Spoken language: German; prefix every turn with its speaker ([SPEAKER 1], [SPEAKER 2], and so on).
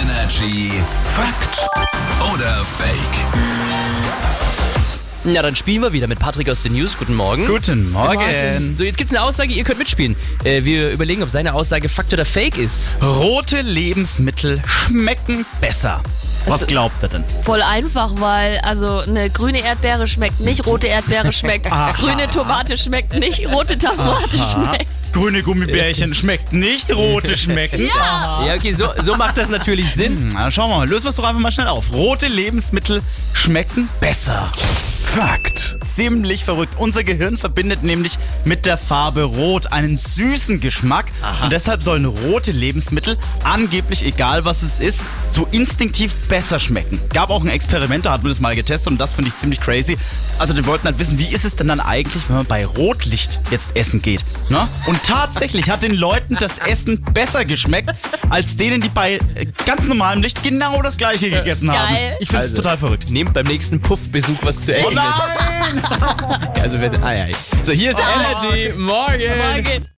[SPEAKER 1] Energy Fakt oder Fake?
[SPEAKER 2] Na, dann spielen wir wieder mit Patrick aus den News. Guten Morgen.
[SPEAKER 3] Guten Morgen.
[SPEAKER 2] So, jetzt gibt's eine Aussage, ihr könnt mitspielen. Äh, wir überlegen, ob seine Aussage Fakt oder Fake ist.
[SPEAKER 3] Rote Lebensmittel schmecken besser. Was glaubt ihr denn?
[SPEAKER 4] Voll einfach, weil also eine grüne Erdbeere schmeckt nicht, rote Erdbeere schmeckt, grüne Tomate schmeckt nicht, rote Tomate schmeckt.
[SPEAKER 3] Grüne Gummibärchen schmeckt nicht, rote schmecken. ja.
[SPEAKER 2] Ja, okay, so, so macht das natürlich Sinn.
[SPEAKER 3] Na, schauen wir mal. Lösen wir es doch einfach mal schnell auf. Rote Lebensmittel schmecken besser.
[SPEAKER 1] Fakt.
[SPEAKER 3] ziemlich verrückt. Unser Gehirn verbindet nämlich mit der Farbe Rot einen süßen Geschmack und deshalb sollen rote Lebensmittel angeblich, egal was es ist, so instinktiv besser schmecken. Gab auch ein Experiment, da hat man das mal getestet und das finde ich ziemlich crazy. Also die wollten halt wissen, wie ist es denn dann eigentlich, wenn man bei Rotlicht jetzt essen geht? Ne? Und tatsächlich hat den Leuten das Essen besser geschmeckt, als denen, die bei äh, ganz normalem Licht genau das gleiche gegessen haben.
[SPEAKER 4] Geil.
[SPEAKER 3] Ich finde es
[SPEAKER 2] Also.
[SPEAKER 3] total verrückt.
[SPEAKER 2] Nehmt beim nächsten Puffbesuch was zu essen.
[SPEAKER 3] nein!
[SPEAKER 2] Also, wenn, ah, ja. So, hier ist Energy. Morgen.
[SPEAKER 4] Morgen.